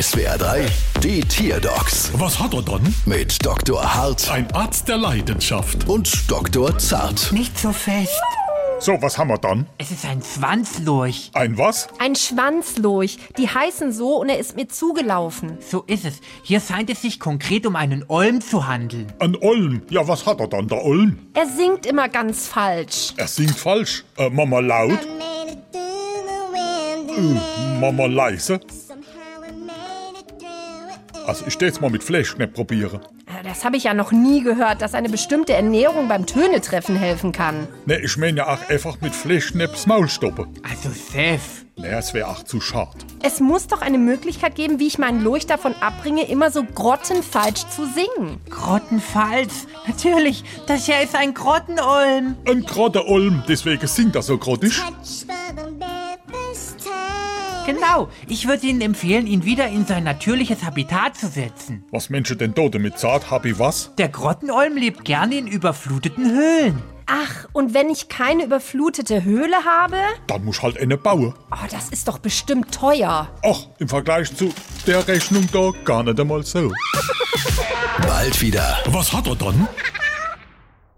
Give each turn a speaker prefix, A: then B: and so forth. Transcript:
A: SWR 3, die Tierdocs
B: Was hat er dann?
A: mit Dr. Hart
B: Ein Arzt der Leidenschaft.
A: und Dr. Zart.
C: Nicht so fest.
B: So, was haben wir dann?
C: Es ist ein Schwanzlurch.
B: Ein was?
D: Ein Schwanzlurch. Die heißen so und er ist mir zugelaufen.
C: So ist es. Hier scheint es sich konkret um einen Olm zu handeln.
B: Ein Olm. Ja, was hat er dann, der Olm?
D: Er singt immer ganz falsch.
B: Er singt falsch. Äh, Mama laut, Uh,
E: Made it through the wind and
B: Mama leise.
E: somehow we made it through it.
B: Also ich jetzt mal mit Fleischknepp probiere.
D: Äh, Das habe ich ja noch nie gehört, dass eine bestimmte Ernährung beim Tönetreffen helfen kann.
B: Ne, ich meine ja auch einfach mit Fleischknepps Maul stoppen.
C: Also Seth.
B: Ne, es wäre auch zu schad.
D: Es muss doch eine Möglichkeit geben, wie ich meinen Lurch davon abbringe, immer so grottenfalsch zu singen.
C: Grottenfalls. Natürlich. Das hier ist ein Grottenolm.
B: Ein grotter Olm, deswegen singt er so grottisch.
E: Touched for the very first time.
C: Genau. Ich würde Ihnen empfehlen, ihn wieder in sein natürliches Habitat zu setzen.
B: Was Menschen denn da mit zart, hab ich was?
C: Der Grottenolm lebt gerne in überfluteten Höhlen.
D: Ach, und wenn ich keine überflutete Höhle habe?
B: Dann muss halt eine bauen.
D: Oh, das ist doch bestimmt teuer.
B: Ach, im Vergleich zu der Rechnung da gar nicht einmal so.
A: Bald wieder.
B: Was hat er dann?